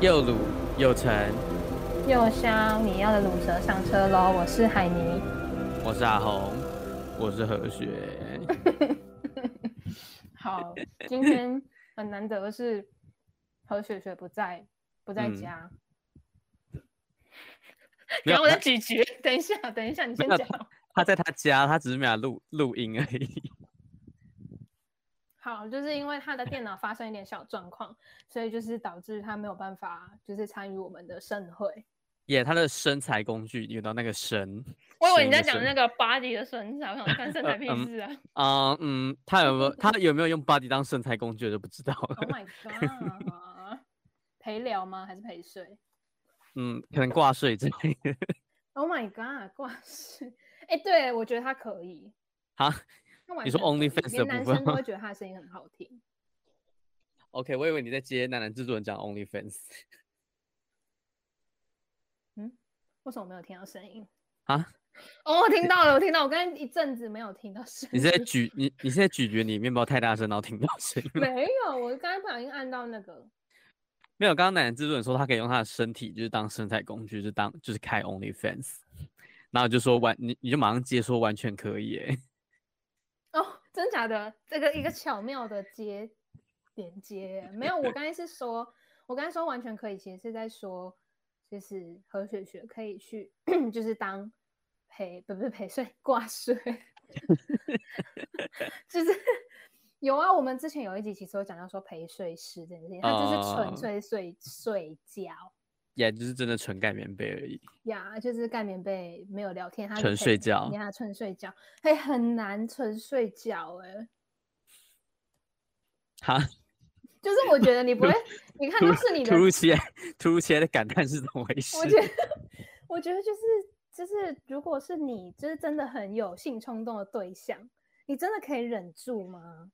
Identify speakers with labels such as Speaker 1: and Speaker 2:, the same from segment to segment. Speaker 1: 又卤又沉，
Speaker 2: 又香你要的卤蛇上车喽！我是海尼，
Speaker 1: 我是阿红，我是何 雪。
Speaker 2: 好，今天很难得是何雪雪不在，不在
Speaker 1: 嗯
Speaker 2: 家。
Speaker 1: 没有
Speaker 2: 然后我在咀嚼，等一下，等一下，你先
Speaker 1: 没有
Speaker 2: 讲。
Speaker 1: 他在他家，他只是没有录录音而 已。
Speaker 2: 好，就是因为他的电脑发生一点小状况，所以就是导致他没有办法就是参与我们的盛会。
Speaker 1: 耶、他的身材工具有到那个身，
Speaker 2: 我以为
Speaker 1: 声
Speaker 2: 你
Speaker 1: 音
Speaker 2: 在
Speaker 1: 的
Speaker 2: 讲
Speaker 1: 声
Speaker 2: 那个 body 的身材，我想干身材
Speaker 1: 呃
Speaker 2: 屁
Speaker 1: 嗯
Speaker 2: 事 啊
Speaker 1: 啊、嗯，他有没有他有没有用 body 当身材工具我就不知道 了。
Speaker 2: ！Oh my god，陪聊吗？还是陪睡
Speaker 1: 嗯，可能挂睡之类的。
Speaker 2: ？Oh my god，挂失。哎、对我觉得他可以。
Speaker 1: 好
Speaker 2: 他完
Speaker 1: 你说
Speaker 2: 全可以
Speaker 1: OnlyFans
Speaker 2: 连
Speaker 1: 的
Speaker 2: 男
Speaker 1: 部分
Speaker 2: 生都
Speaker 1: 吗
Speaker 2: 会觉得他的声音很好听。
Speaker 1: ，OK，我以为你在接男男制作人讲 OnlyFans
Speaker 2: 为什么没有听到声音？
Speaker 1: 啊？
Speaker 2: 哦，我听到了，我听到，我刚才一阵子没有听到声
Speaker 1: 你
Speaker 2: 音。
Speaker 1: 是在咀你你是在咀嚼你面包太大声，然后听不到声音吗。
Speaker 2: 没有，我刚才不小心按到那个。
Speaker 1: 没有，刚刚奶奶制作人说他可以用他的身体，就是当身材工具，就当就是开 OnlyFans，然后我就说完，你你就马上接说完全可以耶，
Speaker 2: 哦，真假的？这个一个巧妙的接连接，没有，我刚才是说，我刚才说完全可以，其实是在说，就是何雪雪可以去，就是当陪不不是陪睡挂睡，就是有啊。我们之前有一集其实有讲到说陪睡师这件事情，他就是
Speaker 1: 哦
Speaker 2: 纯粹睡、睡觉
Speaker 1: 也、就是真的纯盖棉被而已。
Speaker 2: 呀，就是盖棉被没有聊天，他就
Speaker 1: 纯
Speaker 2: 陪
Speaker 1: 睡觉
Speaker 2: 呀，纯睡觉，哎、很难纯睡觉哎、
Speaker 1: 哈，
Speaker 2: 就是我觉得你不会，你看
Speaker 1: 突
Speaker 2: 到是你的
Speaker 1: 突，如其来，突如其来的感叹是怎么回事
Speaker 2: 我？觉得，我觉得就是就是，如果是你，就是真的很有性冲动的对象，你真的可以忍住吗？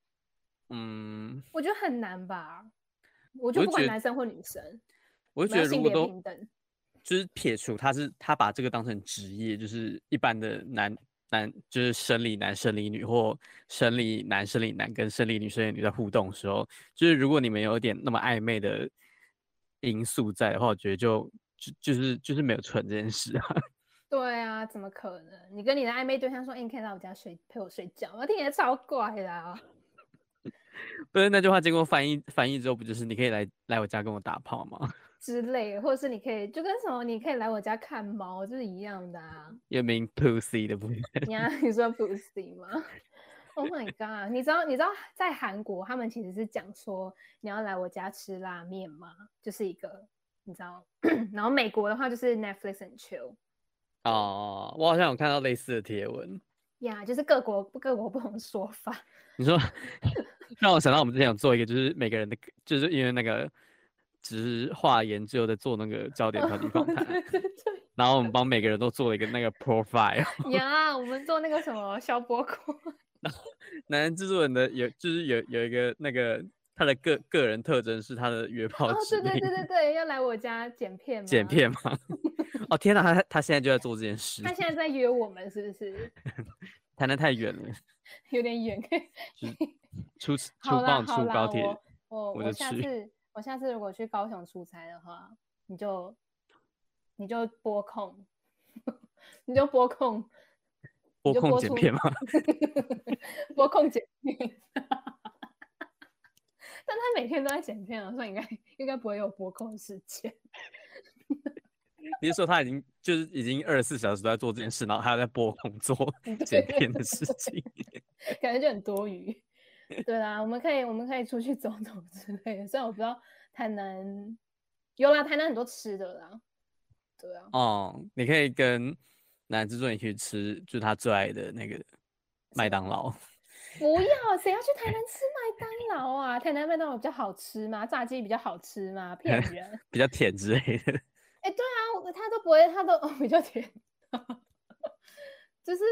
Speaker 1: 嗯，
Speaker 2: 我觉得很难吧。我就
Speaker 1: 我觉
Speaker 2: 不管
Speaker 1: 得
Speaker 2: 男生或女生，
Speaker 1: 我就觉
Speaker 2: 我们要
Speaker 1: 得如
Speaker 2: 性
Speaker 1: 果
Speaker 2: 别
Speaker 1: 都
Speaker 2: 平等
Speaker 1: 就是撇除他是他把这个当成职业，就是一般的男男就是生理男、生理女或生理男、生理男跟生理女、生理女在互动的时候，就是如果你们有一点那么暧昧的因素在的话，我觉得就就就是就是没有纯这件事啊。
Speaker 2: 对啊，怎么可能？你跟你的暧昧对象说，哎、你可以来我家睡，陪我睡觉吗，我听起来超怪的、啊。
Speaker 1: 不是那句话经过翻译翻译之后，不就是你可以来来我家跟我打炮吗？
Speaker 2: 之类的，或者是你可以就跟什么，你可以来我家看猫，就是一样的啊。
Speaker 1: 又名 pussy 的部 分，
Speaker 2: 呀，你说 pussy 吗？Oh my god！你知道你知道在韩国他们其实是讲说你要来我家吃拉面吗？就是一个你知道， 然后美国的话就是 Netflix and chill
Speaker 1: 哦，我好像有看到类似的贴文。
Speaker 2: 呀就是各国各国不同说法。
Speaker 1: 你说 让我想到我们之前有做一个，就是每个人的，就是因为那个直化研究的做那个焦点团体访谈，
Speaker 2: 哦 对对对
Speaker 1: 然后我们帮每个人都做了一个那个 profile。
Speaker 2: 呀，我们做那个什么消波锅，
Speaker 1: 男人制作人的有就是有有一个那个他的个个人特征是他的约炮
Speaker 2: 哦，
Speaker 1: 指
Speaker 2: 对对
Speaker 1: 令
Speaker 2: 对对对，要来我家剪片吗？
Speaker 1: 剪。片吗？ 哦天哪，他他现在就在做这件事
Speaker 2: 他，现在在约我们是不是？
Speaker 1: 谈的太远了，
Speaker 2: 有点远，
Speaker 1: 出出
Speaker 2: 好啦
Speaker 1: 棒
Speaker 2: 好
Speaker 1: 出
Speaker 2: 啦，
Speaker 1: 高铁，
Speaker 2: 我我
Speaker 1: 我
Speaker 2: 我
Speaker 1: 就
Speaker 2: 下
Speaker 1: 去
Speaker 2: 次我下次如果去高雄出差的话，你就你就拨空， 你就拨空，
Speaker 1: 拨
Speaker 2: 就
Speaker 1: 空
Speaker 2: 播
Speaker 1: 剪
Speaker 2: 出
Speaker 1: 片吗？
Speaker 2: 拨空剪片。 但他每天都在剪片啊，所以应该应该不会有拨空的时间。
Speaker 1: 你是说他已经就是已经二十四小时都在做这件事，然后还要在播空 做剪片的事情？
Speaker 2: 感觉就很多余。对啦，我们可以我们可以出去走走之类的。虽然我不知道台南有啦，台南很多吃的啦。对啊，
Speaker 1: 哦，你可以跟男制作人一起去吃，就是他最爱的那个麦当劳。
Speaker 2: 不要，谁要去台南吃麦当劳啊？台南麦当劳比较好吃吗？炸鸡比较好吃
Speaker 1: 嗯
Speaker 2: 吗？骗人！
Speaker 1: 比较甜之类的，
Speaker 2: 哎、对啊，我他都不会，他都、哦、比较甜， 就是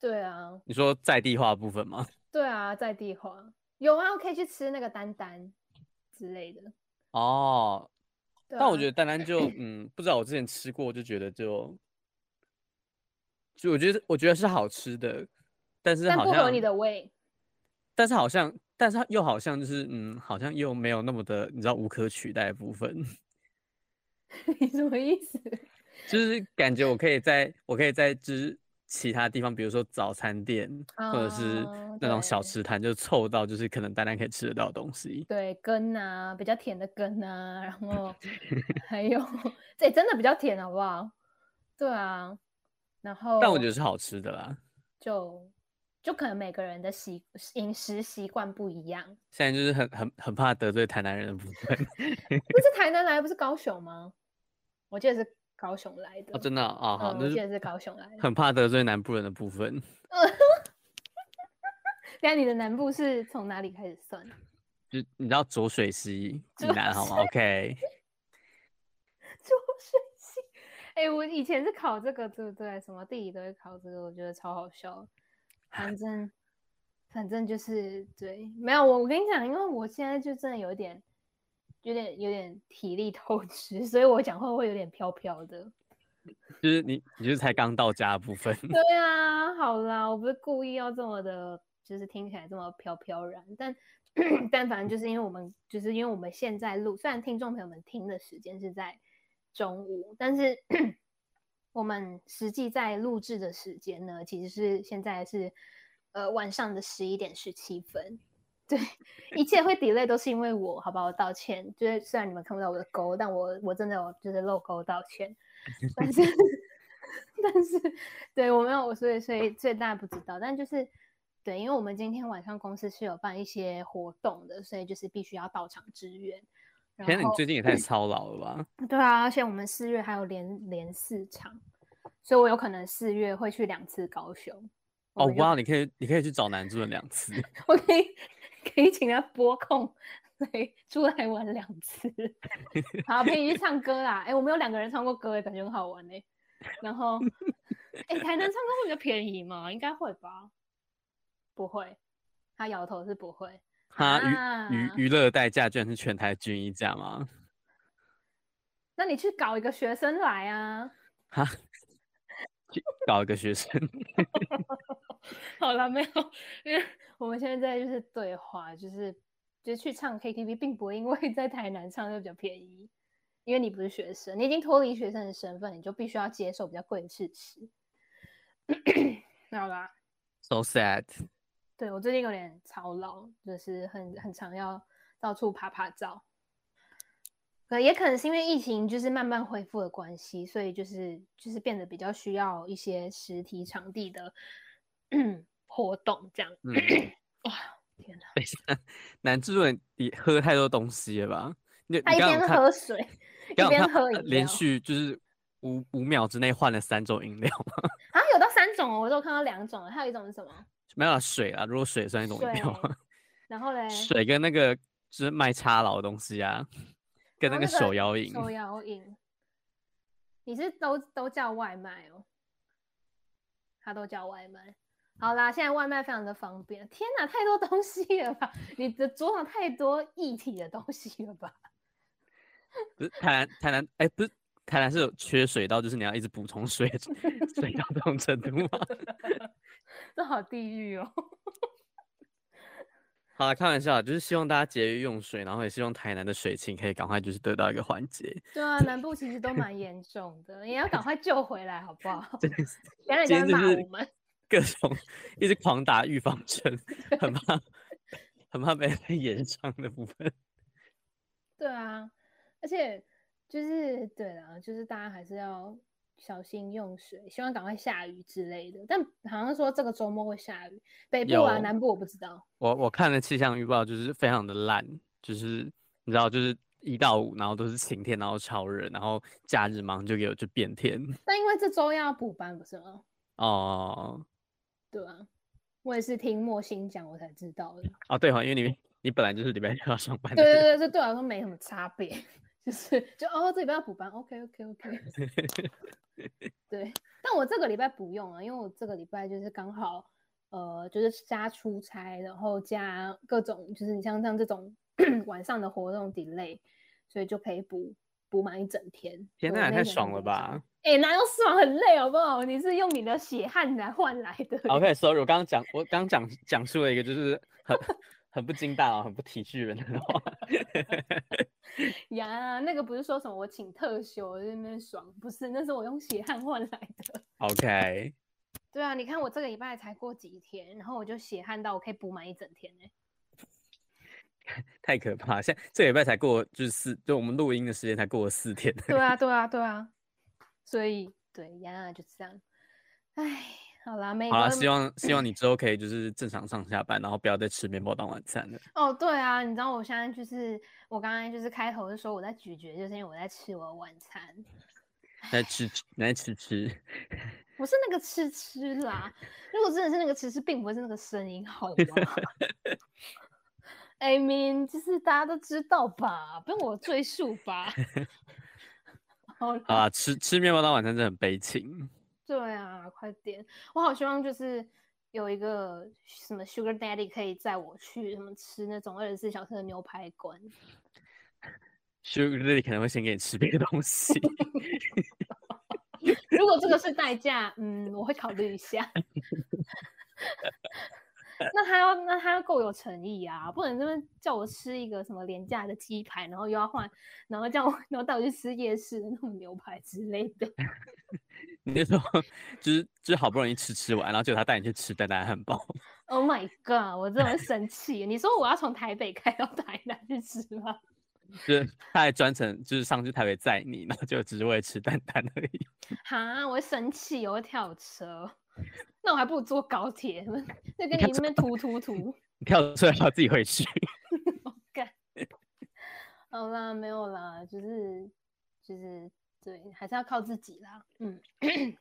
Speaker 2: 对啊，
Speaker 1: 你说在地化的部分吗？
Speaker 2: 对啊，在地化有啊，我可以去吃那个丹丹之类的。
Speaker 1: 哦，
Speaker 2: 对
Speaker 1: 但我
Speaker 2: 啊
Speaker 1: 觉得丹丹就嗯，不知道我之前吃过，就觉得就就我觉得我觉得是好吃的，但是
Speaker 2: 但
Speaker 1: 好
Speaker 2: 不合
Speaker 1: 像
Speaker 2: 你的胃，
Speaker 1: 但是好像但是它又好像就是嗯，好像又没有那么的你知道无可取代的部分。
Speaker 2: 你什么意思？
Speaker 1: 就是感觉我可以在我可以在之其他地方，比如说早餐店或者是
Speaker 2: 哦
Speaker 1: 那种小
Speaker 2: 对
Speaker 1: 吃摊，就凑到就是可能大家可以吃得到的东西。
Speaker 2: 对，根啊，比较甜的根啊，然 后还有， 这真的比较甜，好不好？对啊，然后，
Speaker 1: 但我觉得是好吃的啦。
Speaker 2: 就就可能每个人的习饮食习惯不一样。
Speaker 1: 现在就是很很很怕得罪台南人的部分
Speaker 2: 不是台南来，不是高雄吗？我记得是高雄来的，
Speaker 1: 哦，真的哦哦好，
Speaker 2: 嗯
Speaker 1: 那
Speaker 2: 我记得
Speaker 1: 就是
Speaker 2: 高雄 来的。
Speaker 1: 很怕得罪南部人的部分。
Speaker 2: 那你的南部是从哪里开始算？
Speaker 1: 就你知道浊水溪以
Speaker 2: 浊
Speaker 1: 南好吗？OK，
Speaker 2: 浊水溪。哎、我以前是考这个，对不对？什么地理都会考这个，我觉得超好笑的。反正，反正就是对，没有我，我跟你讲，因为我现在就真的有点，有点有点体力透支，所以我讲话会有点飘飘的。
Speaker 1: 就是你你就是才刚到家的部分。
Speaker 2: 对啊，好啦，我不是故意要这么的，就是听起来这么飘飘然，但 但反正就是因为我们，就是因为我们现在录，虽然听众朋友们听的时间是在中午，但是 我们实际在录制的时间呢，其实是现在是呃晚上的十一点十七分。 对，一切会 delay 都是因为我，好吧，我道歉。就是虽然你们看不到我的勾，但我我真的有就是漏勾道歉，但是但是对我没有，我所以所以所以大家不知道，但就是对，因为我们今天晚上公司是有办一些活动的，所以就是必须要到场支援。然
Speaker 1: 天啊，你
Speaker 2: 后
Speaker 1: 最近也太操劳了 吧？
Speaker 2: 对啊，而且我们四月还有连连四场，所以我有可能四月会去两次高雄。我
Speaker 1: 哦
Speaker 2: 们就
Speaker 1: 哇，你可以你可以去找男主人两次。
Speaker 2: 我可以可以请他拨空来出来玩两次， 好陪你去唱歌啦。哎、我们有两个人唱过歌，感觉很好玩呢、然后，哎、台南唱歌会比较便宜吗？应该会吧？不会，他摇头是不会。
Speaker 1: 哈，娱
Speaker 2: 啊
Speaker 1: 娱娱乐代价居然是全台均一价吗？
Speaker 2: 那你去搞一个学生来啊！
Speaker 1: 哈，去搞一个学生，
Speaker 2: 好了，没有，因为我们现在就是对话，就是就是去唱 KTV，并不会因为 在台南唱就比较便宜，因为你不是学生，你已经脱离学生的身份，你就必须要接受比较贵的事实。 好啦，
Speaker 1: so sad。
Speaker 2: 对我最近有点操劳，就是很很常要到处拍拍照，可也可能是因为疫情就是慢慢恢复的关系，所以就是就是变得比较需要一些实体场地的 活动这样。
Speaker 1: 嗯，
Speaker 2: 天哪！
Speaker 1: 等一下，男主人你喝太多东西了吧？你
Speaker 2: 他
Speaker 1: 你
Speaker 2: 一
Speaker 1: 刚刚有
Speaker 2: 边
Speaker 1: 看
Speaker 2: 喝水， 一
Speaker 1: 刚刚有
Speaker 2: 边
Speaker 1: 看
Speaker 2: 喝
Speaker 1: 他
Speaker 2: 饮料
Speaker 1: 连续就是五五秒之内换了三种饮料吗？
Speaker 2: 啊，有到三种哦，我都有看到两种了，还有一种是什么？
Speaker 1: 没有啊水啊，如果水算一种饮料
Speaker 2: 水
Speaker 1: 吗，
Speaker 2: 然后嘞，
Speaker 1: 水跟那个就是卖叉佬的东西啊，跟
Speaker 2: 然后
Speaker 1: 个手摇饮。
Speaker 2: 手摇饮，你是都都叫外卖哦？他都叫外卖。好啦，现在外卖非常的方便。天哪，太多东西了吧？你的桌上太多一体的东西了吧？
Speaker 1: 不是台南，台南，哎、不是台南是有缺水到，就是你要一直补充水， 水到这种程度吗？
Speaker 2: 这好地狱哦！
Speaker 1: 好了，开玩笑，就是希望大家节约用水，然后也希望台南的水情可以赶快就是得到一个缓解。
Speaker 2: 对啊，南部其实都蛮严重的，也要赶快救回来，好不 好？
Speaker 1: 真的是
Speaker 2: 别让人
Speaker 1: 今
Speaker 2: 家
Speaker 1: 天就
Speaker 2: 骂
Speaker 1: 是
Speaker 2: 我们。
Speaker 1: 各种一直狂打预防针，很 怕很怕被人延上的部分。
Speaker 2: 对啊，而且就是对啦，就是大家还是要小心用水，希望赶快下雨之类的。但好像说这个周末会下雨，北部啊，
Speaker 1: 有
Speaker 2: 南部我不知道。
Speaker 1: 我我看了气象预报，就是非常的烂，就是你知道，就是一到五，然后都是晴天，然后超热，然后假日马上就给我就变天
Speaker 2: 但因为这周要补班，不是吗？
Speaker 1: 哦。
Speaker 2: 对啊，我也是听莫欣讲我才知道的。
Speaker 1: 哦，对哈、因为你你本来就是礼拜六要上班的
Speaker 2: 对对
Speaker 1: 人，
Speaker 2: 对，这对我来说没什么差别， 就是就哦，这礼拜要补班，OK OK OK。对，但我这个礼拜不用啊，因为我这个礼拜就是刚好呃，就是加出差，然后加各种就是你像像这种 晚上的活动 delay，所以就可以补补满一整天。
Speaker 1: 天
Speaker 2: 所以
Speaker 1: 呐，
Speaker 2: 我
Speaker 1: 也
Speaker 2: 那
Speaker 1: 太
Speaker 2: 一整天
Speaker 1: 爽
Speaker 2: 就
Speaker 1: 了
Speaker 2: 是！
Speaker 1: 吧
Speaker 2: 哎、哪有爽，很累好不好？你是用你的血汗来换来的。
Speaker 1: ！OK，sorry，我刚刚讲我刚刚讲讲述了一个就是很很不经大脑、很不体恤人的话，
Speaker 2: 呀，那个不是说什么我请特休我在那边爽，不是，那是我用血汗换来的。
Speaker 1: OK，
Speaker 2: 对啊，你看我这个礼拜才过几天，然后我就血汗到我可以补满一整天呢、
Speaker 1: 太可怕！现在这个礼拜才过就是四，就我们录音的时间才过了四天。
Speaker 2: 对啊，对啊，对啊，所以对呀，就这样。唉，好啦，每
Speaker 1: 好
Speaker 2: 个
Speaker 1: 了，希望希望你之后可以就是正常上下班，然后不要再吃面包当晚餐了。
Speaker 2: 哦，对啊，你知道我现在就是我刚才就是开头就说我在咀嚼，就是因为我在吃我的晚餐，
Speaker 1: 来吃吃，来吃吃。
Speaker 2: 我是那个吃吃啦。如果真的是那个吃吃，并不是那个声音，好吗？I mean，就是大家都知道吧，不用我赘述 吧。好啦
Speaker 1: 好啦，吃吃面包当晚餐真的很悲情。
Speaker 2: 对啊，快点！我好希望就是有一个什么 Sugar Daddy 可以载我去什么吃那种二十四小时的牛排馆。
Speaker 1: Sugar Daddy 可能会先给你吃别的东西。
Speaker 2: 如果这个是代价，嗯，我会考虑一下。 那他要那他要够有诚意啊，不能这么叫我吃一个什么廉价的鸡排，然后又要换，然后叫我然后带我去吃夜市的那种牛排之类的。
Speaker 1: 你那时候就是就是好不容易吃吃完，然后结果他带你去吃蛋蛋汉堡。
Speaker 2: Oh my god！我真的会生气。你说我要从台北开到台南去吃吗？
Speaker 1: 就是他还专程就是上去台北载你，然后就只是为了吃蛋蛋而已。
Speaker 2: 哈，我会生气，我会跳车。 那我还不如坐高铁， 那跟
Speaker 1: 看
Speaker 2: 你那边突突突。
Speaker 1: 你跳出来然后自己回去。
Speaker 2: 好啦，没有啦，就是就是对，还是要靠自己啦。嗯，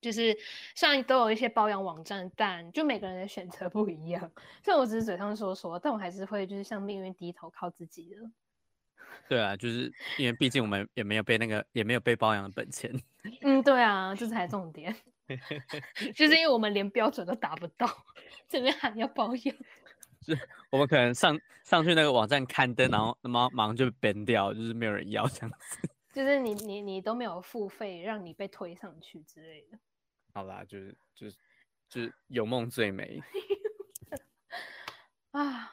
Speaker 2: 就是像都有一些包养网站，但就每个人的选择不一样。虽然我只是嘴上说说，但我还是会就是向命运低头，靠自己的。
Speaker 1: 对啊，就是因为毕竟我们也没有被那个也没有被包养的本钱。
Speaker 2: 嗯，对啊，这才是重点。 就是因为我们连标准都达不到， 这边喊要包养。
Speaker 1: 我们可能上上去那个网站刊登，然后马马上就被 ban 掉，就是没有人要这样子。
Speaker 2: 就是你你你都没有付费，让你被推上去之类的。
Speaker 1: 好啦，就是就是就是有梦最美。
Speaker 2: 啊，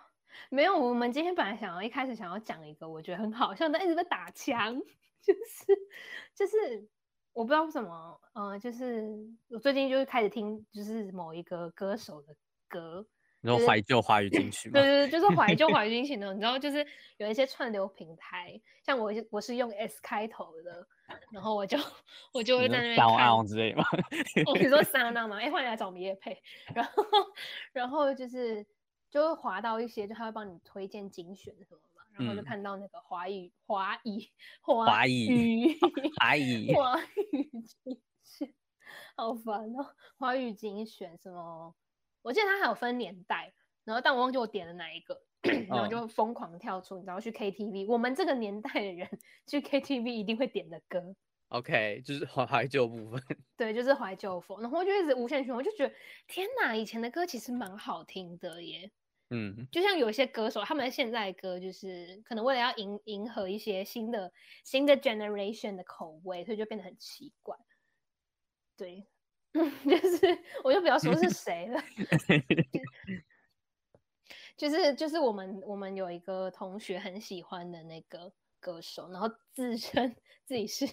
Speaker 2: 没有，我们今天本来想要一开始想要讲一个我觉得很好笑，但一直被打枪， 就是就是我不知道为什么，呃，就是我最近就是开始听就是某一个歌手的歌，
Speaker 1: 你说怀旧华语金曲吗
Speaker 2: 对？对对，就是怀旧怀旧型的，你知道，就是有一些串流平台，像我是我是用 S 开头的，然后我就我就会
Speaker 1: 你
Speaker 2: 在那
Speaker 1: 说
Speaker 2: 边
Speaker 1: 骚
Speaker 2: 看
Speaker 1: 傲之类吗？
Speaker 2: 哦，你说莎娜吗？哎、欢迎来找我们叶配。然后，然后就是就会滑到一些，就他会帮你推荐精选什么嘛，然后就
Speaker 1: 嗯
Speaker 2: 看到那个华语、华语、华
Speaker 1: 华语
Speaker 2: 语、
Speaker 1: 阿姨，
Speaker 2: 华 语精选，好烦哦！华语精选什么？我记得它还有分年代，然后但我忘记我点了哪一 个，然后
Speaker 1: 嗯
Speaker 2: 就疯狂跳出，你知道去 KTV，我们这个年代的人 去 KTV 一定会点的歌。
Speaker 1: OK，就是怀怀旧部分。
Speaker 2: 对，就是怀旧风，然后我就一直无限循环，我就觉得天哪，以前的歌其实蛮好听的耶。
Speaker 1: 嗯，
Speaker 2: 就像有一些歌手，他们现在的歌就是可能为了要迎迎合一些新的新的 generation 的口味，所以就变得很奇怪。对， 就是我就不要说是谁了， 就是就是我们我们有一个同学很喜欢的那个歌手，然后自称 自己是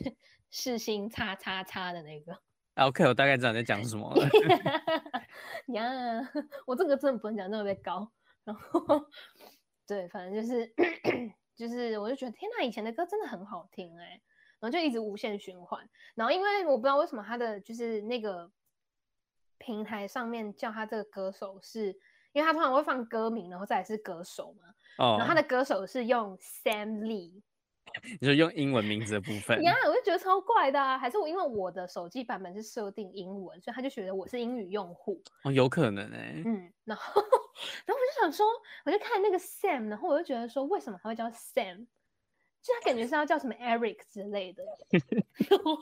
Speaker 2: 世星叉叉叉的那个。
Speaker 1: 啊 OK，我大概知道你在讲什么了。
Speaker 2: 呀，我这个真的不能讲，这个被高。然后， 对，反正就是 就是，我就觉得天呐，以前的歌真的很好听哎、然后就一直无限循环。然后因为我不知道为什么他的就是那个平台上面叫他这个歌手是，因为他通常会放歌名，然后再来是歌手嘛。
Speaker 1: 哦
Speaker 2: 然后他的歌手是用 Sam Lee，
Speaker 1: 你说用英文名字的部分，
Speaker 2: 呀我就觉得超怪的、啊。还是我因为我的手机版本是设定英文，所以他就觉得我是英语用户。
Speaker 1: 哦，有可能哎、
Speaker 2: 嗯，然后然后我就想说，我就看那个 Sam，然后我就觉得说，为什么他会叫 Sam？就他感觉是要叫什么 Eric 之类的， 然后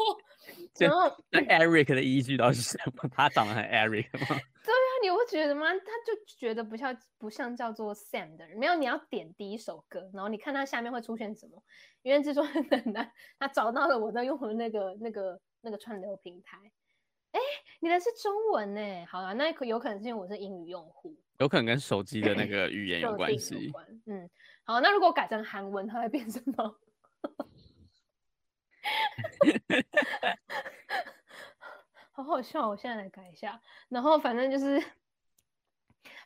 Speaker 1: 这
Speaker 2: 然后
Speaker 1: 那 Eric 的依据到底是什么？他长得很 Eric 吗？
Speaker 2: 那啊你会觉得吗？他就觉得不像不像叫做 Sam 的人，没有你要点第一首歌，然后你看他下面会出现什么。因为制作人很难，他找到了我在用的那个那个那个串流平台，哎，你的是中文呢、好啦，那可有可能是因为我是英语用户，
Speaker 1: 有可能跟手机的那个语言有
Speaker 2: 设
Speaker 1: 关
Speaker 2: 定
Speaker 1: 系。
Speaker 2: 关嗯，好，那如果改成韩文，它会变什么？ 好好笑！我现在来改一下。然后反正就是，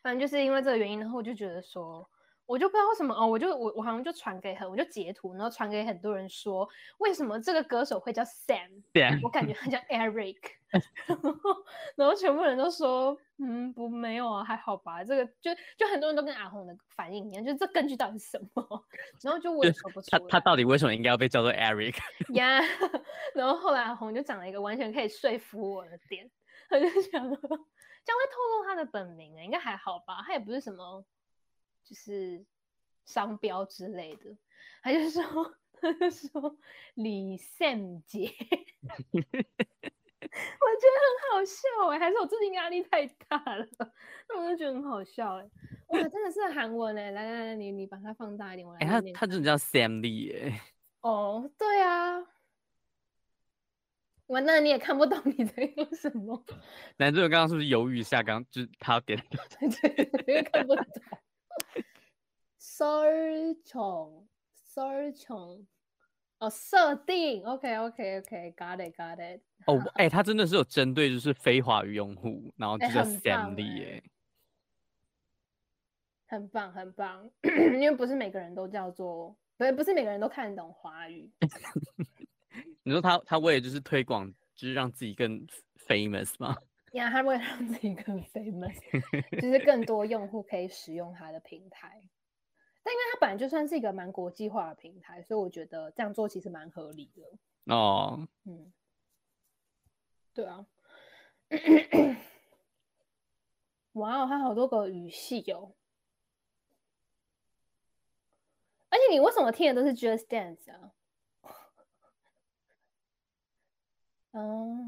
Speaker 2: 反正就是因为这个原因，然后我就觉得说，我就不知道为什么哦，我就我我好像就传给很，我就截图，然后传给很多人说，为什么这个歌手会叫 Sam？
Speaker 1: 对啊，
Speaker 2: 我感觉很像 Eric，然 后然后全部人都说，嗯，不，没有啊，还好吧。这个就就很多人都跟阿红的反应一样，就是这根据到底是什么， 然后就我也
Speaker 1: 就
Speaker 2: 说不出
Speaker 1: 他
Speaker 2: 来。
Speaker 1: 他到底为什么应该要被叫做 Eric？
Speaker 2: 呀 然后后来阿红就讲了一个完全可以说服我的点，我就想说，这样会透露他的本名、欸，应该还好吧？他也不是什么就是商标之类的，他就说他就说李善杰，我觉得很好笑哎、还是我最近压力太大了，那我就觉得很好笑哎、哇，真的是韩文哎、来来来，你你把它放大一点，我来
Speaker 1: 哎、
Speaker 2: 念
Speaker 1: 他
Speaker 2: 念
Speaker 1: 他真的叫 Sam Lee 哎、
Speaker 2: 哦，对啊，完了你也看不懂你在用什么，
Speaker 1: 男主角刚刚是不是犹豫一下？刚刚就是他要点
Speaker 2: 因为看不懂。Searching，searching，哦，设定，OK，OK，OK，Got it，Got it，
Speaker 1: 哦，哎、他真的是有针对就是非华语用户，然后就
Speaker 2: 哎
Speaker 1: 叫 Sam
Speaker 2: 很棒
Speaker 1: Lee 哎、
Speaker 2: 哎很棒，很棒， 因为不是每个人都叫做，不是不是每个人都看得懂华语，欸
Speaker 1: 你说他他为了就是推广，就是让自己更 famous 吗？
Speaker 2: 呀，他为了让自己更 famous，就是更多用户可以使用它的平台。但因为它本来就算是一个蛮国际化的平台，所以我觉得这样做其实蛮合理的。
Speaker 1: 哦，
Speaker 2: 嗯，对啊。哇哦，它好多个语系哦。而且你为什么听的都是 Just Dance 啊？哦，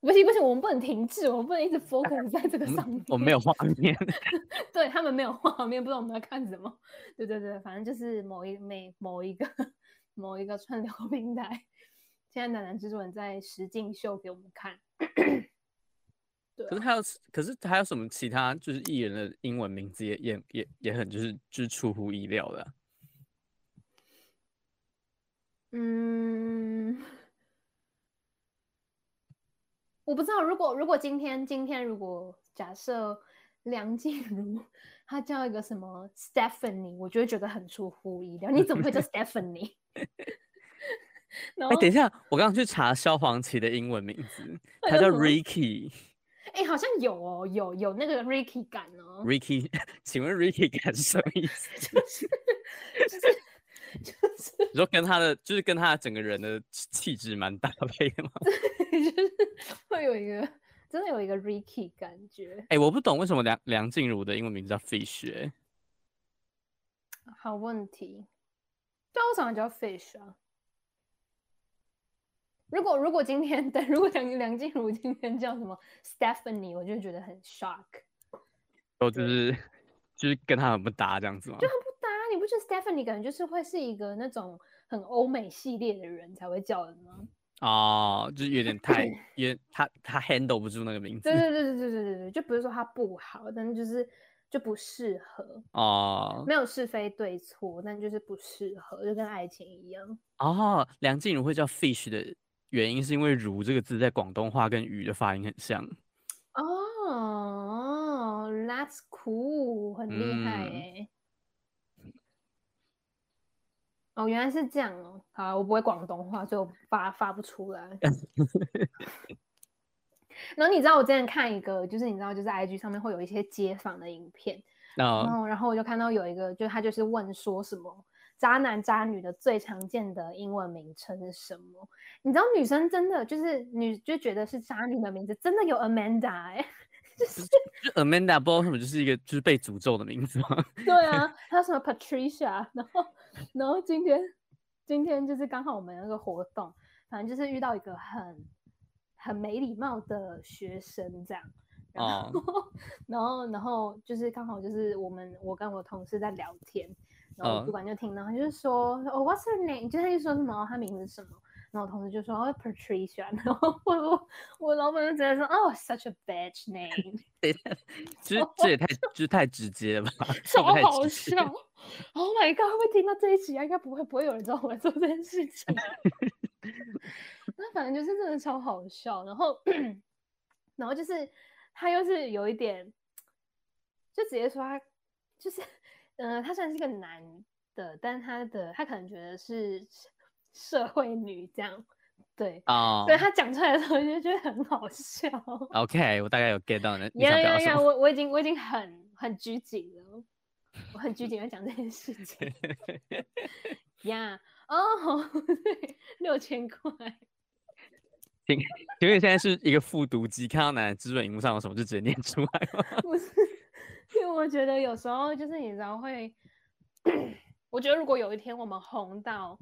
Speaker 2: 不行不行，我们不能停滞，我们不能一 直 focus 在这个
Speaker 1: 我
Speaker 2: 上面
Speaker 1: 们。我们没有画面，
Speaker 2: 对他们没有画面，不知道我们在看什么。对对对，反正就是某一每某一个某一个串流 平台，现在楠楠制作人在实境秀给我们看。啊
Speaker 1: 可是还有可是还有什么其他就是艺人的英文名字也也也也很就是就是出乎意料的啊、
Speaker 2: 嗯，我不知道，如果如果今天今天如果假设梁静茹她叫一个什么 Stephanie，我就会觉得很出乎意料，你怎么 会叫 Stephanie？然
Speaker 1: 哎、
Speaker 2: 后
Speaker 1: 等一下，我刚刚去查萧煌奇的英文名字，
Speaker 2: 那
Speaker 1: 他
Speaker 2: 叫
Speaker 1: 叫
Speaker 2: 什么
Speaker 1: Ricky
Speaker 2: 哎、好像有哦，有有那个 Ricky 感哦，
Speaker 1: Ricky，请 问 Ricky 感是什么意思？
Speaker 2: 就是
Speaker 1: 你说跟他的就是跟他整个人的气气质蛮搭配 的吗？
Speaker 2: 就是会有一个真的有一个 Ricky 感觉，
Speaker 1: 哎、我不懂为什么梁梁静茹的英文名字叫 Fish 哎、
Speaker 2: 好问题。对啊，为什么叫 Fish 啊？如果如果今天对，如果梁梁静茹今天叫什么 Stephanie，我就觉得很 shock。
Speaker 1: 都就是就是跟他很不搭这样子吗？
Speaker 2: 不搭，你不觉得 Stephanie 感觉就是会是一个那种很欧美系列的人才会叫的吗？
Speaker 1: 哦，就是有点太，因为他他 handle 不住那个名字
Speaker 2: 对对对对对对对对，就不是说它不好，但是就是就不适合。
Speaker 1: 哦
Speaker 2: 没有是非对错，但就是不适合，就跟爱情一样。
Speaker 1: 哦，梁静茹会叫 fish 的原因是因为“如”这个字在广东话跟“鱼”的发音很像。
Speaker 2: 哦、t h a t s cool，很厉害
Speaker 1: 嗯
Speaker 2: 哎、哦，原来是这样哦。好啊，我不会广东话，所以我发发不出来。 然后你知道我之前看一个，就是你知道，就是 IG 上面会有一些街访的影片，
Speaker 1: 那
Speaker 2: 嗯然后然后我就看到有一个，就他就是问说什么渣男渣女的最常见的英文名称是什么？你知道女生真的就是女就觉得是渣女的名字，真的有 Amanda 哎、就是
Speaker 1: 就 Amanda 不知道为什么就是一个就是被诅咒的名字吗？
Speaker 2: 对啊，还有什么 Patricia，然 后然后今天今天就是刚好我们有一个活动，反正就是遇到一个很很没礼貌的学生这样，然
Speaker 1: 哦
Speaker 2: 后、 然后然后就是刚好就是我们我跟我同事在聊天，然后我
Speaker 1: 嗯
Speaker 2: 主管就听到他就说哦、What's her name？就是他就说什么、哦、他名字是什么，然后我同事就说哦 Patricia，然后我我我老板就直接说哦 such a bitch name，
Speaker 1: 这这也太这太直接了吧，这
Speaker 2: 超
Speaker 1: 不太
Speaker 2: 好
Speaker 1: 直接
Speaker 2: 笑。Oh my god！会不会听到这一集啊？应该不会，不会有人知道我在做这件 事情。那反正就是真的超好笑，然后，然后就是他又是有一点，就直接说他就是，呃，他虽然是个男的，但他的他可能觉得是社会女这样，对，
Speaker 1: 哦
Speaker 2: 所以他讲出来的时候就觉得很好笑。
Speaker 1: OK，我大概有 get 到你你想
Speaker 2: 呀
Speaker 1: 表
Speaker 2: 呀
Speaker 1: 达什
Speaker 2: 呀！
Speaker 1: 么。
Speaker 2: 我我已经我已经很很拘谨了，我很拘谨在讲这件事 情呀。哦，对，六千块，
Speaker 1: 请问现在是一个复读机，看到奶奶资本荧幕上有什么就直接念出来吗？
Speaker 2: 不是，因为我觉得有时候就是你知道会，我觉得如果有一天我们红到，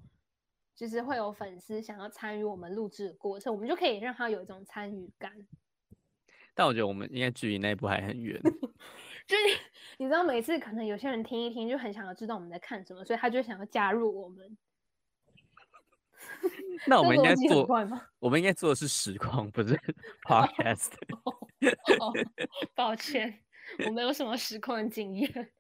Speaker 2: 就是会有粉丝想要参与我们录制的过程，我们就可以让他有一种参与感。
Speaker 1: 但我觉得我们应该距离那一步还很 远。
Speaker 2: 就是 你知道，每次可能有些人听一听就很想要知道我们在看什么，所以他就想要加入我们。
Speaker 1: 那我
Speaker 2: 这
Speaker 1: 们应
Speaker 2: 逻
Speaker 1: 该
Speaker 2: 辑很
Speaker 1: 做，
Speaker 2: 怪吗？
Speaker 1: 我们应该做的是实况，不 是 podcast。
Speaker 2: 哦，抱歉，我没有什么实况经验。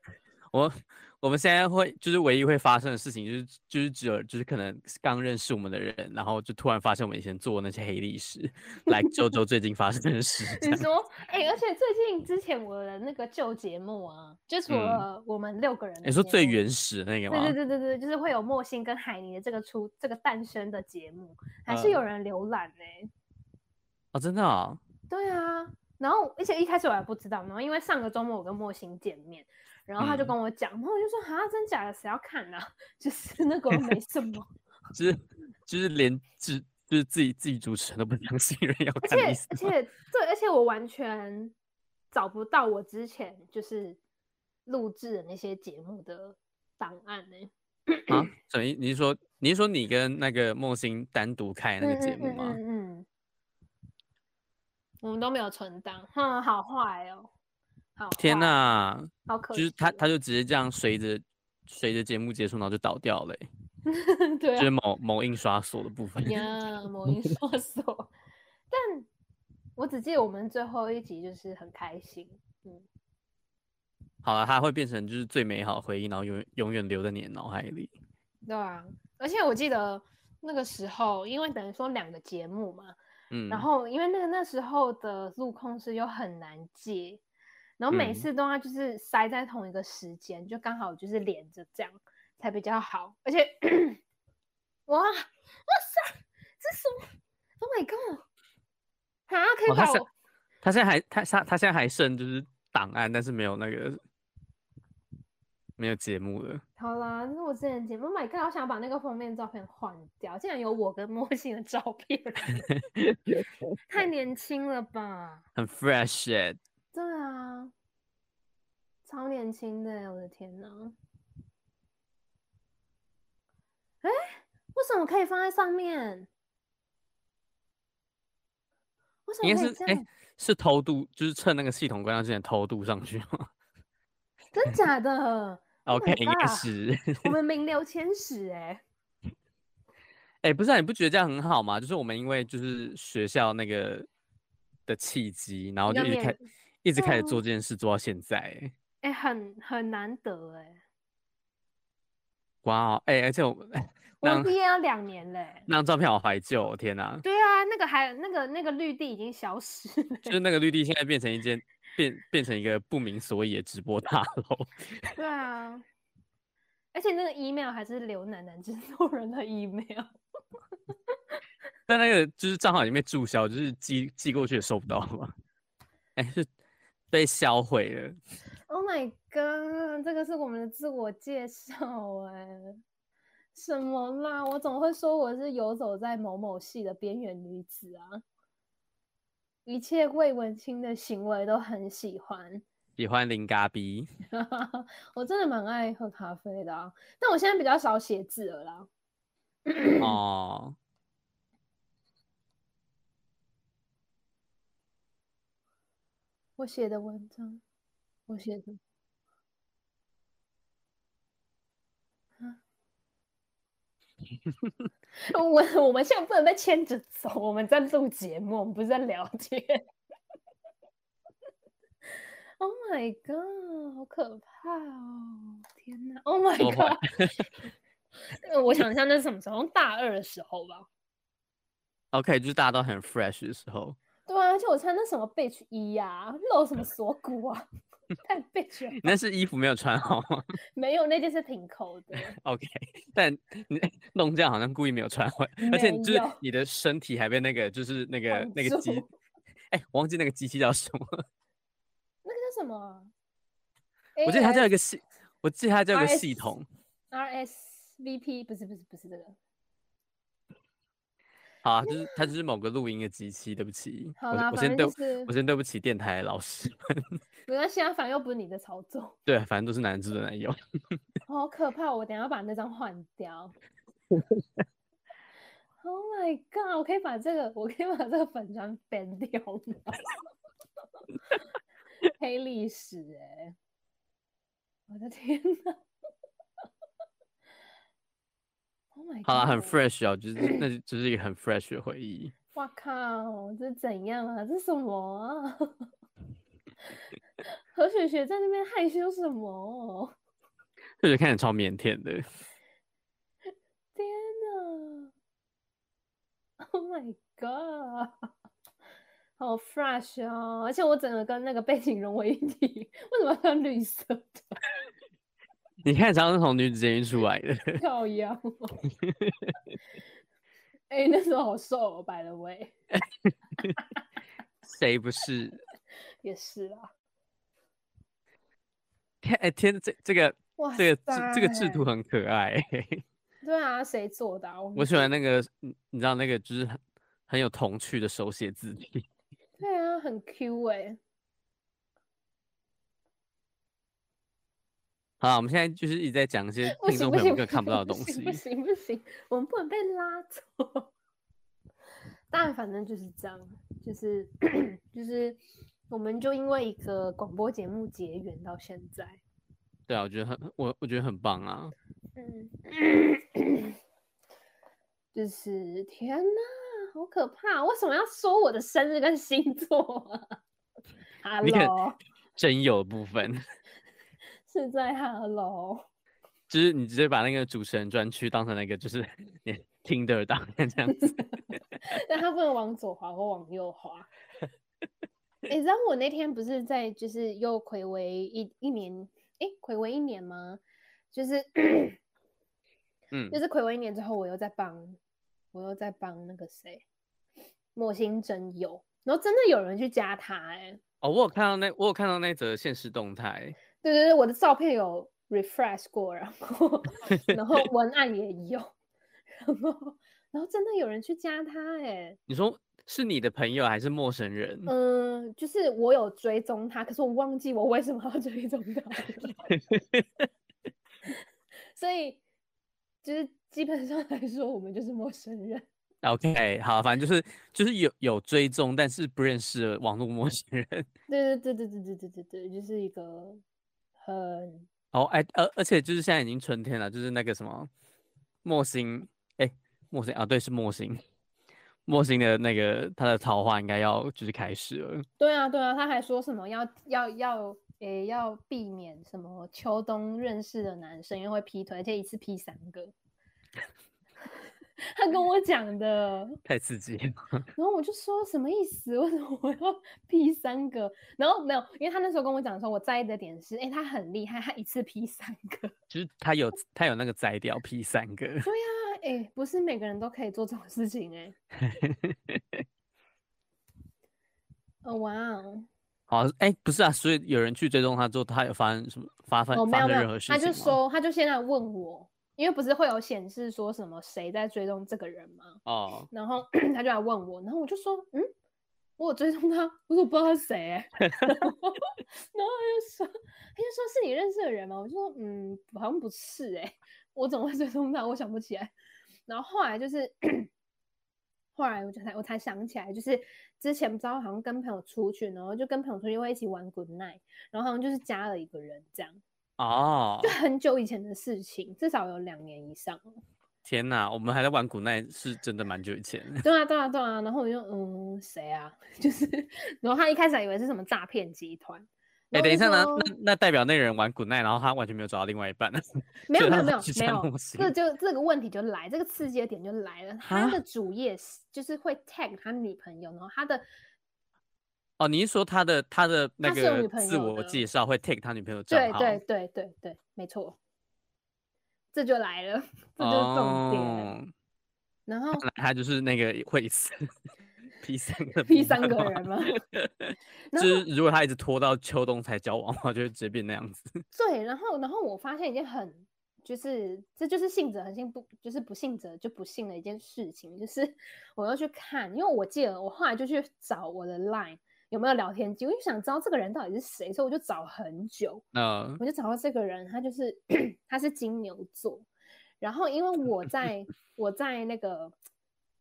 Speaker 1: 我我们现在会就是唯一会发生的事情，就是就是只有就是可能刚认识我们的人，然后就突然发现我们以前做的那些黑历史，来 周周最近发生的事这
Speaker 2: 你
Speaker 1: 样。
Speaker 2: 说，哎、而且最近之前我的那个旧节目啊，就除
Speaker 1: 嗯
Speaker 2: 了我们六个人、
Speaker 1: 你说最。原始的那个
Speaker 2: 对对
Speaker 1: 吗？
Speaker 2: 对对对，就是会有莫欣跟海尼的这个出这个诞生的节目，还是
Speaker 1: 嗯
Speaker 2: 有人浏览呢、
Speaker 1: 哦，真的哦，
Speaker 2: 对啊，然后而且一开始我还不知道，然后因为上个周末我跟莫欣见面，然后他就
Speaker 1: 嗯
Speaker 2: 跟我讲，然后我就说啊，真假的，谁要看啊？ 就是那个没什么，
Speaker 1: 就是就是连自就是自己自己主持人都不相信人要
Speaker 2: 而
Speaker 1: 看的意
Speaker 2: 且
Speaker 1: 思
Speaker 2: 而
Speaker 1: 吗。
Speaker 2: 且对，而且我完全找不到我之前就是录制的那些节目的档案呢、
Speaker 1: 啊，什么意？你是说你是说你跟那个梦欣单独开那
Speaker 2: 嗯
Speaker 1: 个节目
Speaker 2: 嗯
Speaker 1: 吗？
Speaker 2: 嗯嗯嗯，我们都没有存档，哼，好坏哦，好
Speaker 1: 天
Speaker 2: 哪，
Speaker 1: 呐，
Speaker 2: 好可
Speaker 1: 就
Speaker 2: 惜哦，嗯
Speaker 1: 是他他就直接这样随着随着节目结束，然后就倒掉了欸、
Speaker 2: 对
Speaker 1: 就
Speaker 2: 啊
Speaker 1: 是某某印刷所的部分。
Speaker 2: 呀，某 音说说，但我只记得我们最后一集就是很开心，嗯，
Speaker 1: 好了，它会变成就是最美好的回忆，然后永远永远留在你的脑海里。
Speaker 2: 对啊，而且我记得那个时候，因为等于说两个节目嘛，
Speaker 1: 嗯，
Speaker 2: 然后因为那个那时候的路控是又很难接，然后每
Speaker 1: 嗯
Speaker 2: 次都要就是塞在同一个时间，就刚好就是连着这样才比较好。而且，哇哇塞，这什么？Oh my god！啊，可
Speaker 1: 哦
Speaker 2: 以
Speaker 1: 它
Speaker 2: 把我、
Speaker 1: 现它现在还它它它现在还剩就是档案，但是没有那 个没有节目了。
Speaker 2: 好啦，那是我之前的节目。Oh my god！我想把那个封面照片换掉，竟然有我跟 莫欣的照片，太年轻了吧？
Speaker 1: 很 fresh 哎、
Speaker 2: 对啊，超年轻的欸耶，我的天呐！哎，为什么可以放在上面？为什
Speaker 1: 应
Speaker 2: 么
Speaker 1: 该
Speaker 2: 可以
Speaker 1: 是
Speaker 2: 这
Speaker 1: 哎、
Speaker 2: 样？
Speaker 1: 是偷渡，就是趁那个系统关掉之前偷渡上去吗
Speaker 2: 真 假的 Oh
Speaker 1: ？OK，
Speaker 2: my
Speaker 1: 应该
Speaker 2: god，
Speaker 1: 是
Speaker 2: 我们名留千史哎。
Speaker 1: 哎、不是、啊、你不觉得这样很好吗？就是我们因为就是学校那个的契机，然后
Speaker 2: 要
Speaker 1: 就一直
Speaker 2: 面
Speaker 1: 开一直开始
Speaker 2: 嗯
Speaker 1: 做这件事，做到现在、欸。
Speaker 2: 哎、很很难得 哎，
Speaker 1: 哇哦，哎、而且我们
Speaker 2: 我
Speaker 1: 那
Speaker 2: 们毕业要两年嘞。
Speaker 1: 那张照片好怀旧、哦，天哪！
Speaker 2: 对啊，那个还那个那个绿地已经消失 了，
Speaker 1: 就是那个绿地现在变成一间变变成一个不明所以的直播大楼，
Speaker 2: 对啊，而且那个 email 还是刘奶奶制作人的 email，
Speaker 1: 但那个就是账号已经被注销，就是寄寄过去也收不到 了。哎、是被销毁了。
Speaker 2: Oh my god，这个是我们的自我介绍哎、什么啦？我怎么会说我是游走在某某系的边缘女子啊？一切魏文清的行为都很喜欢，
Speaker 1: 喜欢零嘎逼，
Speaker 2: 我真的蛮爱喝咖啡的啊。但我现在比较少写字了啦。
Speaker 1: 哦，
Speaker 2: 我写的文章，我写的。 啊我我们现在不能被牵着走，我们在录节目，我们不是在聊天。Oh my god，好可怕哦！天哪，Oh my
Speaker 1: 多坏
Speaker 2: god！呃 我想一下，那是什么时候？大二的时候吧。
Speaker 1: OK，就是大家都很 fresh 的时候，
Speaker 2: 对啊，而且我穿那什么 bitch 衣呀、露什么锁骨 啊，太 bitch 了吧。
Speaker 1: 那是衣服没有穿好吗
Speaker 2: 没有，那件是平口的。
Speaker 1: ？OK，但你弄这样好像故意没有穿回来， 而且
Speaker 2: 没
Speaker 1: 就是
Speaker 2: 有
Speaker 1: 你的身体还被那个就是那个
Speaker 2: 绑
Speaker 1: 那个
Speaker 2: 住
Speaker 1: 机，哎、我忘记那个机器叫什 么，
Speaker 2: 那个叫什么啊？
Speaker 1: 我记得它叫
Speaker 2: AS
Speaker 1: 一个系，我记得它叫一个
Speaker 2: RS
Speaker 1: 系统，
Speaker 2: RSVP 不是不是不是这个，
Speaker 1: 好、啊，就是它就是某个录音的机器，对不起，
Speaker 2: 好啦，
Speaker 1: 我我
Speaker 2: 反
Speaker 1: 先
Speaker 2: 正
Speaker 1: 对
Speaker 2: 就
Speaker 1: 我
Speaker 2: 是
Speaker 1: 先对不起电台的老师 们，
Speaker 2: 没关系啊，反正又不是你的操作，
Speaker 1: 对，反正都是男制作男 友，
Speaker 2: 好可怕！我等一下把那张换掉。Oh my god！我可以把这个，我可以把这个粉砖 ban 掉吗？ 黑历史哎、我的天呐 o h Oh my god！
Speaker 1: 好啦，很 fresh 哦，就是那就就是一个很 fresh 的回忆。
Speaker 2: 哇靠，这怎样啊？这什么啊？ 何雪雪在那边害羞什么？
Speaker 1: 就觉得看起来超腼腆的。
Speaker 2: 天哪！Oh my god！好 fresh 哦，而且我整个跟那个背景融为一体。为什么要穿绿色 的？
Speaker 1: 你看，常常是从女子监狱出来 的，
Speaker 2: 靠腰哦！哎、那时候好瘦、哦、，by the way，
Speaker 1: 谁不是？
Speaker 2: 也是啊啦。
Speaker 1: 天，哎、天，这这个
Speaker 2: 哇塞，
Speaker 1: 这个制这个制图很可爱、 嘿
Speaker 2: 对啊，谁做的、啊？我
Speaker 1: 我
Speaker 2: 们
Speaker 1: 喜欢那个，你你知道那个就是很很有童趣的手写字体。
Speaker 2: 对啊，很 Q 哎、
Speaker 1: 好啦，我们现在就是一直在讲一些
Speaker 2: 不
Speaker 1: 听众
Speaker 2: 行不
Speaker 1: 朋友
Speaker 2: 行，
Speaker 1: 们更看不到的东西
Speaker 2: 不。行不行不行，我们不能被拉走。 但反正就是这样，就是就是，我们就因为一个广播节目结缘到现在。
Speaker 1: 对啊，我觉得很我我觉得很棒啊。
Speaker 2: 嗯， 就是天哪，好可怕！为什么要说我的生日跟星座啊
Speaker 1: 你看
Speaker 2: ？Hello，
Speaker 1: 真有的部分，
Speaker 2: 是在 Hello。
Speaker 1: 就是你直接把那个主持人专区当成那个就是 你听的档案这样子。
Speaker 2: 但他不能往左滑或往右滑。你、知道我那天不是在就是又暌违一一年，诶，暌违一年吗？就是
Speaker 1: 嗯
Speaker 2: 就，是暌违一年之后，我又在帮，我又在帮那个谁，莫心真友，然后真的有人去加他、诶，哎，
Speaker 1: 哦，我有看到那我有看到那则现实动态。
Speaker 2: 对对对，我的照片有 refresh 过，然后然后文案也有，然后然后真的有人去加他、诶。哎，
Speaker 1: 你说是你的朋友还是陌生人？
Speaker 2: 嗯，就是我有追踪他，可是我忘记我为什么要 追踪他了所以就是基本上来说，我们就是陌生人。
Speaker 1: OK，好，反正就是就是有有追踪，但是不认识的网络陌生人。
Speaker 2: 对对对对对对对对对，就是一个很
Speaker 1: 哦，哎，而而且就是现在已经春天了，就是那个什么莫星，哎，莫星啊，对，是莫星，莫星的那个他的桃花应该要就是开始了。
Speaker 2: 对啊对啊，他还说什么要要要诶要避免什么秋冬认识的男生，因为会劈腿，而且一次劈三个。 他跟我讲的，
Speaker 1: 太刺激了！
Speaker 2: 然后我就说什么意思？ 为什么我要 P 三个？然后没有，因为他那时候跟我讲的时候，我在意的点是，哎，他很厉害，他一次 P 三个。
Speaker 1: 就是他有他有那个摘掉 P 三个，
Speaker 2: 对呀、啊，哎，不是每个人都可以做这种事情哎、哦哇哦，
Speaker 1: 好哎、不是啊，所以有人去追踪他之后，他有发生什么发生、
Speaker 2: 哦没
Speaker 1: 发
Speaker 2: 有
Speaker 1: 生
Speaker 2: 没
Speaker 1: 任
Speaker 2: 有
Speaker 1: 何，事情吗？
Speaker 2: 他就说他就现在问我，因为不是会有显示说什么谁在追踪这个人吗？
Speaker 1: 哦，
Speaker 2: 然后 他就来问我，然后我就说，嗯，我有追踪他，我说我不知道他是谁欸、 然后然后他就说，他就说是你认识的人吗？我就说，嗯，好像不是哎、 我怎么会追踪他？我想不起来。然后后来就是， 后来我就才我才想起来，就是之前不知道好像跟朋友出去，然后就跟朋友出去会一起玩 Good Night，然后好像就是加了一个人这样，
Speaker 1: 哦
Speaker 2: 就，很久以前的事情，至少有两年以上了。
Speaker 1: 天哪，我们还在玩古奈，是真的蛮久以前。
Speaker 2: 对啊，对啊，对啊。然后我就嗯，谁啊？ 就是，然后他一开始还以为是什么诈骗集团。
Speaker 1: 哎、
Speaker 2: 然后
Speaker 1: 等一
Speaker 2: 就
Speaker 1: 下，那
Speaker 2: 说
Speaker 1: 那那代表那个人玩古奈，然后他完全没有找到另外一半，
Speaker 2: 没
Speaker 1: 所
Speaker 2: 有
Speaker 1: 以
Speaker 2: 没
Speaker 1: 他
Speaker 2: 有没
Speaker 1: 才
Speaker 2: 有
Speaker 1: 去
Speaker 2: 没
Speaker 1: 加
Speaker 2: 有
Speaker 1: 入，
Speaker 2: 这
Speaker 1: 新
Speaker 2: 个就这个问题就来，这个刺激的点就来了。他
Speaker 1: 啊
Speaker 2: 的主页是就是会 tag 他女朋友，然后他的
Speaker 1: 哦，你是说他的他的那
Speaker 2: 他是有
Speaker 1: 个
Speaker 2: 女朋
Speaker 1: 自
Speaker 2: 友
Speaker 1: 我
Speaker 2: 的
Speaker 1: 介绍会 take 他女朋友的账
Speaker 2: 对
Speaker 1: 号？
Speaker 2: 对对对对，没错，这就来了， 这就是重点。
Speaker 1: 哦
Speaker 2: 然后
Speaker 1: 看来他就是那个会一次劈三个
Speaker 2: P
Speaker 1: 不
Speaker 2: 三
Speaker 1: 满
Speaker 2: 个
Speaker 1: 嘛
Speaker 2: 人吗？
Speaker 1: 就
Speaker 2: 然
Speaker 1: 是如果他一直拖到秋冬才交往的话，就会直接变那样子。
Speaker 2: 对，然后然后我发现一件很，就是这就是信者恒信不，就是不信者就不信的一件事情，就是 我要去看，因为我记得我后来就去找我的 Line 有没有聊天记录，我就想知道这个人到底是谁，所以我就找很久，
Speaker 1: 嗯，
Speaker 2: 我就找到这个人，他就是 他是金牛座，然后因为我在我在那个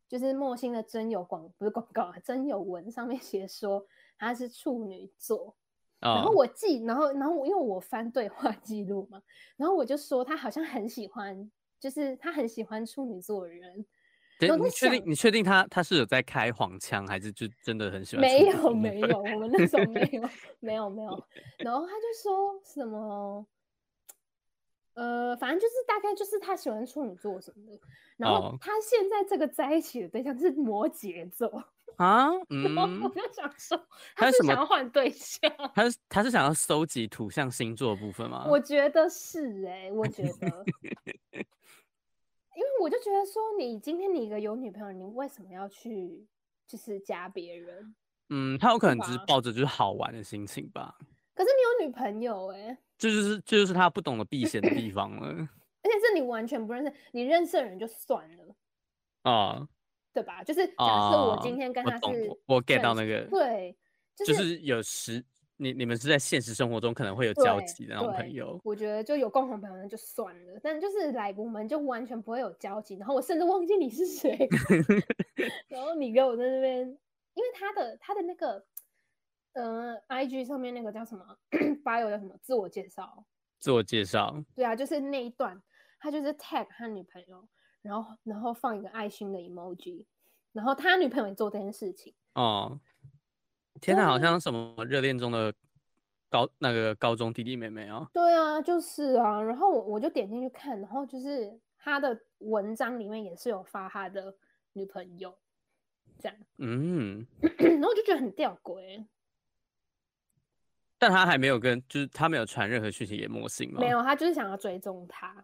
Speaker 2: 就是莫欣的真友广不是广告啊，真友文上面写说他是处女座，然后
Speaker 1: 哦，
Speaker 2: 我记，然后然后我因为我翻对话记录嘛，然后我就说他好像很喜欢，就是他很喜欢处女座的人，
Speaker 1: 等
Speaker 2: 我在
Speaker 1: 你确定
Speaker 2: 想
Speaker 1: 你确定他他是有在开黄腔，还是就真的很喜欢啊处
Speaker 2: 没
Speaker 1: 女
Speaker 2: 有
Speaker 1: 座呢？
Speaker 2: 没有，我们那时候没有 没有没有，然后他就说什么，呃，反正就是大概就是他喜欢处女座什么的，然后
Speaker 1: 哦
Speaker 2: 他现在这个在一起的对象是摩羯座，
Speaker 1: 啊，
Speaker 2: 然后 我
Speaker 1: 嗯，
Speaker 2: 就想说
Speaker 1: 他
Speaker 2: 他
Speaker 1: 是
Speaker 2: 是
Speaker 1: 什么
Speaker 2: 想要换对象。
Speaker 1: 他是他是想要收集土象星座的部分吗？
Speaker 2: 我觉得是哎、我觉得， 因为我就觉得说，你今天你一个有女朋友，你为什么要去就是加别人？
Speaker 1: 嗯，他有可能只是
Speaker 2: 吧
Speaker 1: 抱着就是好玩的心情吧，
Speaker 2: 可是你有女朋友哎、
Speaker 1: 这就是这就是他不懂得 避嫌的地方了
Speaker 2: 而且是你完全不认识，你认识的人就算了，
Speaker 1: 啊
Speaker 2: 对吧？就是
Speaker 1: 啊！
Speaker 2: 假设我今天跟
Speaker 1: 我
Speaker 2: 他
Speaker 1: 懂
Speaker 2: 是
Speaker 1: 我我 get
Speaker 2: 认
Speaker 1: 到那
Speaker 2: 识
Speaker 1: 个，
Speaker 2: 对，
Speaker 1: 就是、
Speaker 2: 是
Speaker 1: 有时你你们是在现实生活中可能会有交
Speaker 2: 对
Speaker 1: 集的那种朋
Speaker 2: 对
Speaker 1: 友，
Speaker 2: 我觉得就有共同朋友那就算了，但就是来我们就完全不会有交集，然后我甚至忘记你是谁， 然后你给我在那边，因为他的他的那个，呃，IG 上面那个叫什么 bio 叫什么自我介绍，
Speaker 1: 自我介绍，
Speaker 2: 对啊，就是那一段，他就是 tag 他女朋友，然后然后放一个爱心的 emoji，然后他女朋友也做这件事情，
Speaker 1: 哦，天哪，好
Speaker 2: 对啊
Speaker 1: 像什么热恋中的高那个高中弟弟妹妹哦，
Speaker 2: 对啊，就是啊，然后我我就点进去看，然后就是他的文章里面也是有发他的女朋友，这样，
Speaker 1: 嗯，
Speaker 2: 然后我就觉得很吊诡，
Speaker 1: 但他还没有跟，就是他没有传任何讯息给莫信吗？
Speaker 2: 没。有，他就是想要追踪他，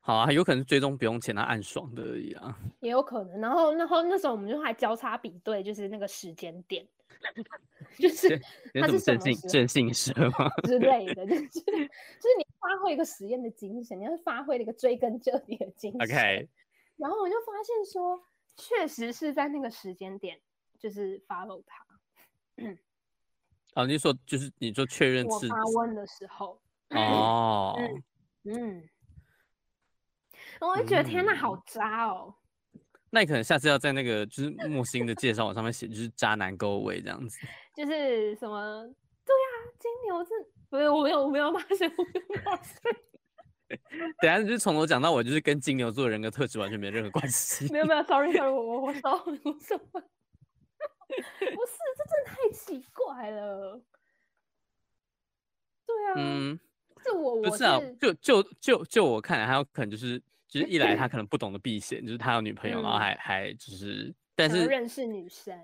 Speaker 1: 好啊，有可能追踪不用钱，他暗爽的而已啊。
Speaker 2: 也有可能。然后，然后那时候我们就还交叉比对，就是那个时间点， 就是
Speaker 1: 你
Speaker 2: 他
Speaker 1: 怎么
Speaker 2: 是什
Speaker 1: 正
Speaker 2: 么
Speaker 1: 性
Speaker 2: 时候
Speaker 1: 正性社吗？
Speaker 2: 之类的，就是就是你发挥一个实验的精神，你要发挥那个追根究底的精神。
Speaker 1: OK，
Speaker 2: 然后我就发现说，确实是在那个时间点，就是 follow 他。
Speaker 1: 哦，你是说就是你说确认
Speaker 2: 我
Speaker 1: 是
Speaker 2: 发问的时候，
Speaker 1: 哦，
Speaker 2: 嗯，我就觉得天呐，好
Speaker 1: 嗯
Speaker 2: 渣哦！
Speaker 1: 那你可能下次要在那个就是莫欣的介绍网上面写就是渣男勾尾这样子。
Speaker 2: 就是什么，对呀、金牛这不是我没有我没有骂谁，我没有骂谁，
Speaker 1: 等一下就是从头讲到尾，就是跟金牛座的人格特质完全没任何关系。
Speaker 2: 没有没有，sorry sorry，我我我收我收，不是，这真的太奇怪了。对啊，
Speaker 1: 嗯，
Speaker 2: 这我我
Speaker 1: 不是啊，就就就就我看来，他有可能就是就是一来他可能不懂得避嫌，就是他有女朋友，然后
Speaker 2: 嗯
Speaker 1: 还还就是，但
Speaker 2: 想要
Speaker 1: 是
Speaker 2: 认识女生，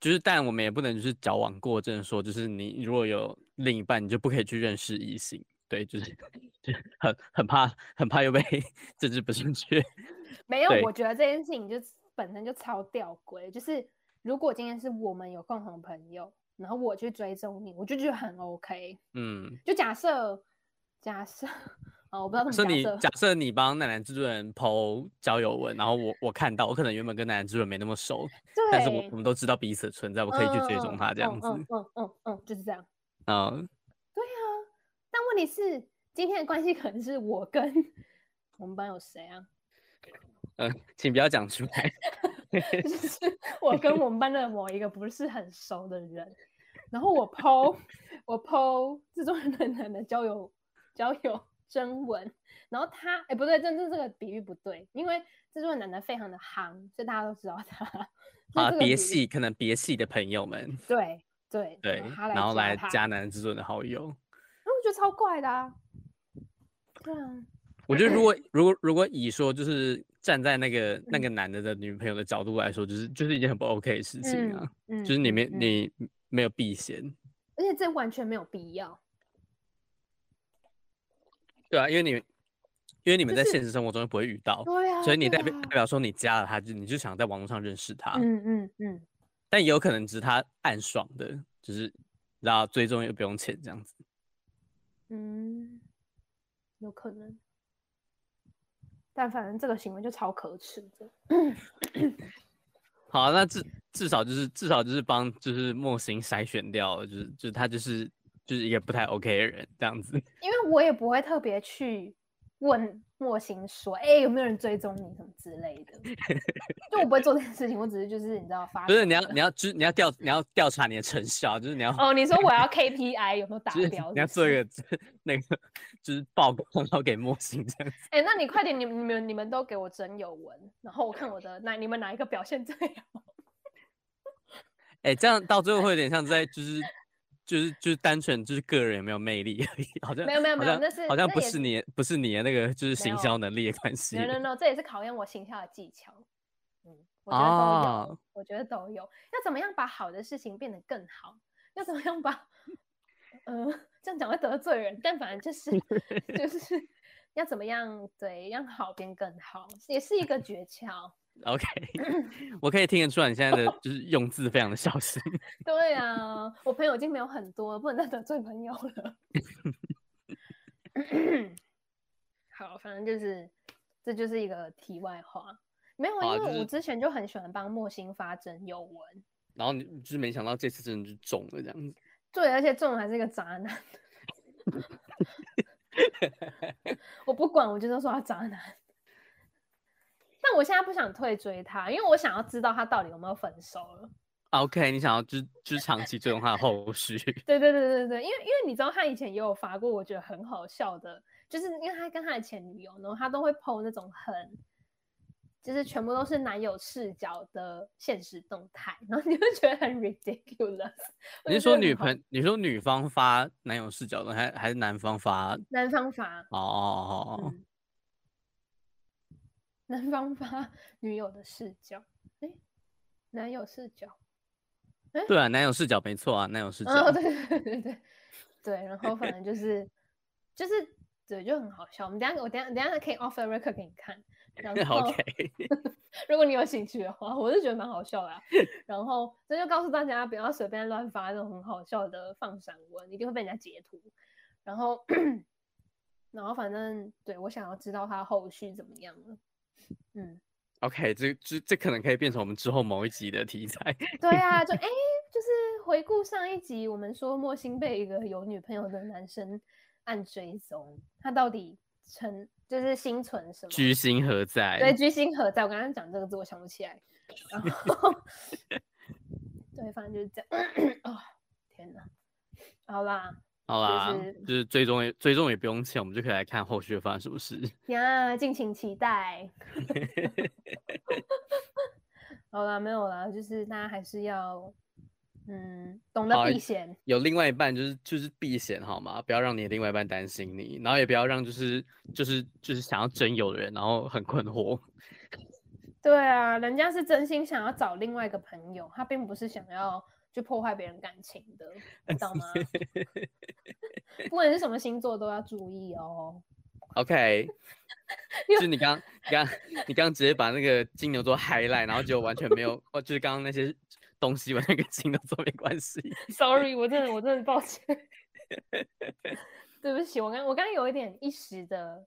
Speaker 1: 就是但我们也不能就是矫枉过正说，就是你如果有另一半，你就不可以去认识异性。对，就是 就是很很怕很怕又被 政治不正确。
Speaker 2: 没有
Speaker 1: 对，
Speaker 2: 我觉得这件事情就本身就超吊诡。就是如果今天是我们有共同朋友，然后我去追踪你，我就觉得很 OK。
Speaker 1: 嗯，
Speaker 2: 就假设，假设，哦，我不知 道
Speaker 1: 说
Speaker 2: 怎么
Speaker 1: 你
Speaker 2: 假设，
Speaker 1: 假设你帮奶奶制作人剖交友文，然后我我看到，我可能原本跟奶奶制作人没那么熟，
Speaker 2: 对，
Speaker 1: 但是我我们都知道彼此的存在，我可以去追踪
Speaker 2: 嗯
Speaker 1: 他这样子。
Speaker 2: 嗯嗯嗯嗯嗯，就是这样。
Speaker 1: 嗯，
Speaker 2: 对啊，但问题是今天的关系可能是我跟 我们班有谁啊？
Speaker 1: 呃，请不要讲出 来。
Speaker 2: 就是我跟我们班的某一个不是很熟的人， 然后我 PO 我 PO 制作人的奶奶交友交友征文，然后他，哎，不对，这这这个比喻不对，因为这位男的非常的夯，所以大家都知道他。所以
Speaker 1: 啊
Speaker 2: 这，个啊比
Speaker 1: 别
Speaker 2: 喻
Speaker 1: 系可能别系的朋友们，
Speaker 2: 对对
Speaker 1: 对，
Speaker 2: 他
Speaker 1: 然后来
Speaker 2: 他
Speaker 1: 加男至尊的好友。
Speaker 2: 那我觉得超怪的啊。对啊，
Speaker 1: 我觉得 如果如果如果以说就是站在那个
Speaker 2: 嗯
Speaker 1: 那个男的的女朋友的角度来说，就是就是一件很不 OK 的事情啊，
Speaker 2: 嗯，
Speaker 1: 就是你
Speaker 2: 嗯
Speaker 1: 没、
Speaker 2: 嗯
Speaker 1: 你没有避嫌，
Speaker 2: 而且这完全没有必要。
Speaker 1: 对啊，因为你们因为你们
Speaker 2: 就
Speaker 1: 在
Speaker 2: 是
Speaker 1: 现实生活中又不会遇到，
Speaker 2: 对啊，
Speaker 1: 所以你代
Speaker 2: 对
Speaker 1: 表啊
Speaker 2: 啊
Speaker 1: 代表说你加了他，就你就想在网络上认识他，
Speaker 2: 嗯嗯嗯，
Speaker 1: 但也有可能只是他暗爽的，就是然后追踪又不用钱这样子。
Speaker 2: 嗯，有可能。但反正这个行为就超可耻的。
Speaker 1: 好啊、那
Speaker 2: 嗯
Speaker 1: 至至少就是至少就是帮就是莫行筛选掉了，就是就是他就是就是一个不太 OK 的人这样子。
Speaker 2: 因为我也不会特别去问莫行说，哎、有没有人追踪你什么之类 的，就我不会做这件事情，我只是就是你知道发
Speaker 1: 不是
Speaker 2: 现
Speaker 1: 你要
Speaker 2: 了
Speaker 1: 你要就是你要调你要调查你的成效，就是你要、
Speaker 2: 哦，你说我要 KPI 有没有达
Speaker 1: 就是
Speaker 2: 标？
Speaker 1: 你要做一个 那个就是报告，然后给莫行这样子。
Speaker 2: 哎、那你快点，你们你们你们都给我真有文，然后我看我的哪你们哪一个表现最好？
Speaker 1: 哎、这样到最后会有点像在就是。就是就是单纯就是个人有没有魅力而已，好像
Speaker 2: 没有没有
Speaker 1: 好
Speaker 2: 没有
Speaker 1: 像
Speaker 2: 那是
Speaker 1: 好像
Speaker 2: 那
Speaker 1: 不
Speaker 2: 也
Speaker 1: 是你不是你的那个就是行
Speaker 2: 有
Speaker 1: 销能力的关系
Speaker 2: no no no，这也是考验我形象的技巧。嗯，我觉得都有，
Speaker 1: 啊。
Speaker 2: 我觉得都有。要怎么样把好的事情变得更好？要怎么样把，呃，这样讲会得罪人，但反正就是 就是 要怎么样对让好变更好，也是一个诀窍。
Speaker 1: OK，我可以听得出来你现在的就是用字非常的小心。
Speaker 2: 对啊，我朋友已经没有很多了，不能再得罪朋友了。 好，反正就是这就是一个题外话。没有，
Speaker 1: 好啊
Speaker 2: 因
Speaker 1: 就
Speaker 2: 为我
Speaker 1: 是
Speaker 2: 之前就很喜欢帮莫欣发征友文，
Speaker 1: 然后你就是没想到这次真的就中了这样子。
Speaker 2: 对，而且这种还是一个渣男。 我不管，我就是说他渣男。但我现在不想退追他，因为我想要知道他到底有没有分手了。
Speaker 1: OK，你想要就是就是长期追踪他的后 续，
Speaker 2: 对对对对对，因为因为你知道他以前也有发过，我觉得很好笑的，就是因为他跟他的前女友，然后他都会 PO 那种很，就是全部都是男友视角的现实动态，然后你就觉得很 ridiculous。我
Speaker 1: 你是
Speaker 2: 就觉
Speaker 1: 说
Speaker 2: 得
Speaker 1: 女
Speaker 2: 很好
Speaker 1: 朋你说女方发男友视角的，还还是男方发？哦
Speaker 2: 男方法，
Speaker 1: 哦哦哦，哦
Speaker 2: 嗯， 男方发女友的视角，哎，男友视角，
Speaker 1: 对啊，男友视角没错啊，男友视角。
Speaker 2: 哦，对对对对对对，然后反正就是就是对，就很好笑。我们等一下我等一下等一下可以 off the record 给你看， 然后
Speaker 1: OK，
Speaker 2: 如果你有兴趣的话，我是觉得蛮好笑的啊、然后这就告诉大家，不要随便乱发这种很好笑的放闪文，一定会被人家截图。然后 然后反正对我想要知道他后续怎么样了，嗯。
Speaker 1: OK，这这这可能可以变成我们之后某一集的题 材。
Speaker 2: 对啊，就哎、就是回顾上一集，我们说莫欣被一个有女朋友的男生暗追踪，他到底成就是心存什么？
Speaker 1: 居心何在？
Speaker 2: 对，居心何在？我刚刚讲这个字，我想不起来。然后，对，反正就是这样。哦，天哪！好啦
Speaker 1: 好啦，
Speaker 2: 是
Speaker 1: 就是追踪也追踪也不用钱，我们就可以来看后续会发生什么事。
Speaker 2: 呀，敬请期待。好啦，没有啦，就是大家还是要，嗯，懂得
Speaker 1: 好
Speaker 2: 避嫌。
Speaker 1: 有另外一半就是就是避嫌好吗？不要让你的另外一半担心你，然后也不要让就是就是就是想要真有的人，然后很困惑。
Speaker 2: 对啊，人家是真心想要找另外一个朋友，他并不是想要去破坏别人感情的，知道 吗？不管是什么星座都要注意哦。
Speaker 1: OK，
Speaker 2: 因为
Speaker 1: 就是你刚刚你刚直接把那个金牛座 highlight，然后结果完全没有，哦，就是刚刚那些东西完全跟金牛座没关系。
Speaker 2: Sorry，我真的我真的抱歉， 对不起，我刚我刚刚有一点一时的，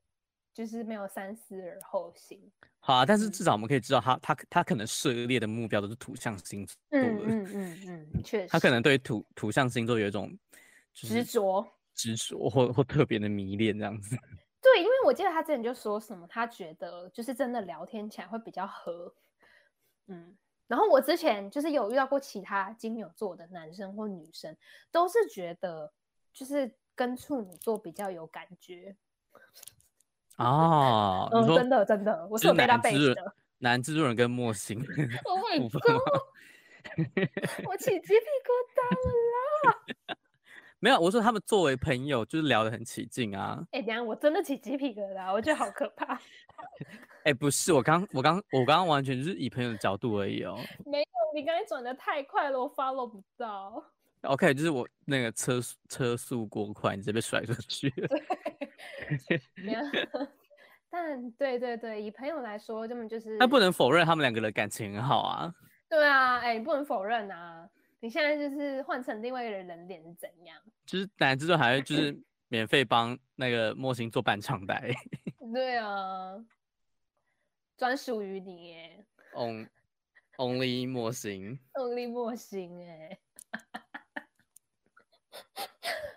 Speaker 2: 就是没有三思而后行。
Speaker 1: 好啊，但是
Speaker 2: 嗯
Speaker 1: 至少我们可以知道他他他可能涉猎的目标都是土象星座了，
Speaker 2: 嗯嗯嗯嗯，确实，
Speaker 1: 他可能对土土象星座有一种就是
Speaker 2: 执着。
Speaker 1: 执着或或特别的迷恋这样子。
Speaker 2: 对，因为我记得他之前就说什么，他觉得就是真的聊天起来会比较合，嗯。然后我之前就是有遇到过其他金牛座的男生或 女生，都是觉得就是跟处女座比较有感觉，
Speaker 1: 哦，你
Speaker 2: 嗯，
Speaker 1: 说
Speaker 2: 真的真的，我
Speaker 1: 就是
Speaker 2: 有被他
Speaker 1: 男
Speaker 2: 背
Speaker 1: 制作
Speaker 2: 的。
Speaker 1: 男制作人跟莫欣
Speaker 2: Oh
Speaker 1: 部
Speaker 2: my
Speaker 1: 分
Speaker 2: god！
Speaker 1: 吗
Speaker 2: 我起鸡皮疙瘩了。
Speaker 1: 没有，我说他们作为朋友就是聊得很起劲啊。
Speaker 2: 哎、等一下我真的起鸡皮疙瘩，我觉得好可怕。
Speaker 1: 哎，不是，我刚我刚我刚刚完全就是以朋友的角度而已哦。
Speaker 2: 没有， 你刚才转的太快了，我 follow 不到。
Speaker 1: OK，就是我那个车速车速过快，你直接被甩出去了。
Speaker 2: 没有 但对对对，以朋友来说，根本就是
Speaker 1: 但不能否认他们两个的感情很好啊。
Speaker 2: 对啊，哎、不能否认啊。你现在就是换成另外一个人人脸是怎样？
Speaker 1: 就是男制作还会就是免费帮那个莫欣做伴唱带。
Speaker 2: 对啊，专属于你耶
Speaker 1: On Only 莫欣，
Speaker 2: ，Only 莫心哎。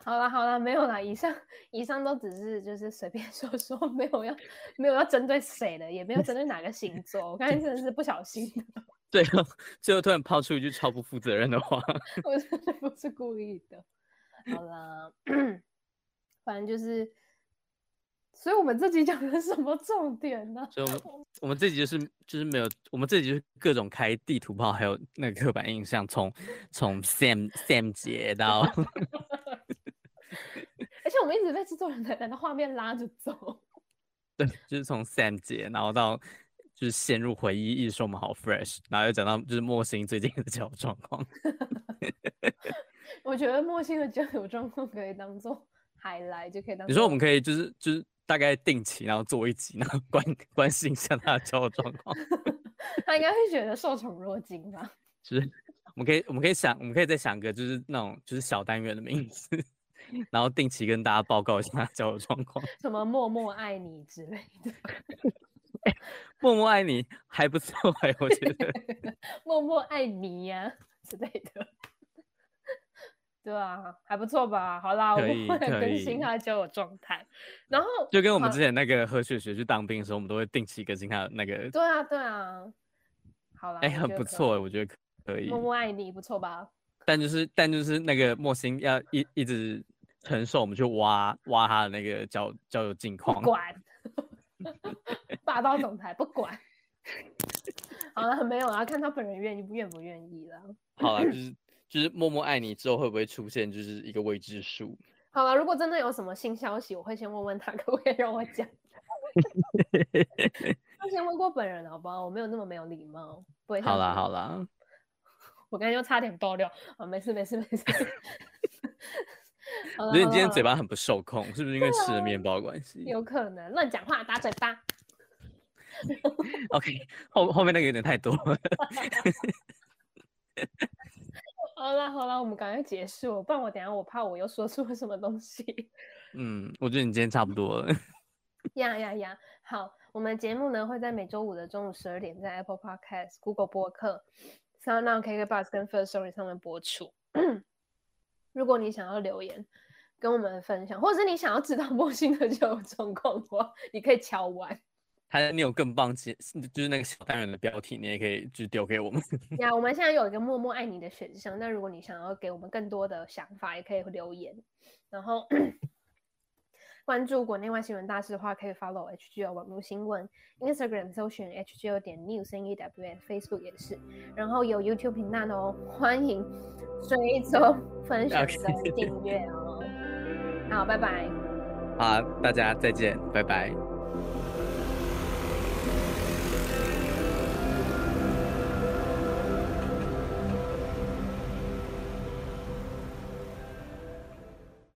Speaker 2: 好啦好啦，没有啦，以上以上都只是就是随便说说，没有要没有要针对谁的，也没有针对哪个星座。我刚才真的是不小心的，
Speaker 1: 最后 最后突然抛出一句超不负责任的话。
Speaker 2: 我真的 不是故意的。好啦， 反正就是，所以我们这集讲的什么重点呢？
Speaker 1: 所以我们我们这集就是就是没有，我们这集就是各种开地图炮，还有那个刻板印象，从从 Sam Sam 姐到
Speaker 2: 而且我们一直被制作人的人的画面拉着走。
Speaker 1: 对，就是从 Sam 姐，然后到就是陷入回忆，一直说我们好 fresh，然后又讲到就是莫欣最近的 交友状况。
Speaker 2: 我觉得莫欣的交友状况可以当做海来，就可以当。
Speaker 1: 你说我们可以就是就是大概定期，然后做一集，然后关关心一下他的交友状况。
Speaker 2: 以，他应该会觉得受宠若惊吧？
Speaker 1: 就是我们可以我们可以想，我们可以再想个就是那种就是小单元的名字，然后定期跟大家报告一下他的交友状况。
Speaker 2: 什么默默爱你之类的，
Speaker 1: 默默爱你还不错哎、我觉得
Speaker 2: 默默爱你呀、之类的。对啊，还不错吧？好啦，我
Speaker 1: 可
Speaker 2: 们
Speaker 1: 以
Speaker 2: 会来
Speaker 1: 可
Speaker 2: 更新
Speaker 1: 以
Speaker 2: 他的交友状态。然后
Speaker 1: 就跟我们
Speaker 2: 好
Speaker 1: 之前那个何雪雪去当兵的时候，我们都会定期更新她的那个，
Speaker 2: 对啊，对啊，好啦，
Speaker 1: 哎、
Speaker 2: 我
Speaker 1: 很
Speaker 2: 觉得
Speaker 1: 不
Speaker 2: 可以
Speaker 1: 错哎、我觉得可以
Speaker 2: 默。默爱你不错吧？
Speaker 1: 但就是但就是那个莫欣要一一直承受我们去挖挖他的那个交交友近
Speaker 2: 不
Speaker 1: 况，
Speaker 2: 管， 霸道总裁不管。好了，没有啊，看他本人愿意不愿不愿意了。
Speaker 1: 好了，就是就是默默爱你之后会不会出现就是一个未知数？
Speaker 2: 好了，如果真的有什么新消息，我会先问问他，可不可以让我 讲？他先问过本人好不好？我没有那么没有礼貌，不会。
Speaker 1: 好啦，好啦，
Speaker 2: 我刚才就差点爆料啊，没事没事没 事。好
Speaker 1: 我
Speaker 2: 啦
Speaker 1: 觉得你今
Speaker 2: 好啦
Speaker 1: 天
Speaker 2: 好
Speaker 1: 嘴
Speaker 2: 啦
Speaker 1: 巴很不受控，是不是因为吃了
Speaker 2: 嗯啊
Speaker 1: 面包的关系
Speaker 2: 有可能乱讲话，打嘴巴。
Speaker 1: ？OK，后后面那个有点太多了。
Speaker 2: 好啦好啦，我们赶快结束，哦不然我等一下我怕我又说出了什么东西。
Speaker 1: 嗯，我觉得你今天差不多了。
Speaker 2: 呀呀呀！好，我们节目呢会在每周五的中午十二点在 Apple Podcast、Google 播客、SoundOn、KKBox 跟 First Story 上面播出。 如果你想要留言跟我们分享，或者是你想要知道 莫欣的这种状况的话，你可以敲完。
Speaker 1: 还你有更棒解，就是那个小单元的标题，你也可以就丢给我们。
Speaker 2: 呀、我们现在有一个默默爱你的选项，但如果你想要给我们更多的想法，也可以留言。然后关注国内外新闻大事的话，可以 follow HGO 网络新闻，Instagram 搜寻 HGO 点 news n e w n，Facebook 也是，然后有 YouTube 频道哦，欢迎追踪、分享
Speaker 1: OK
Speaker 2: 跟订阅哦。好，拜拜。
Speaker 1: 好，大家再见，拜拜。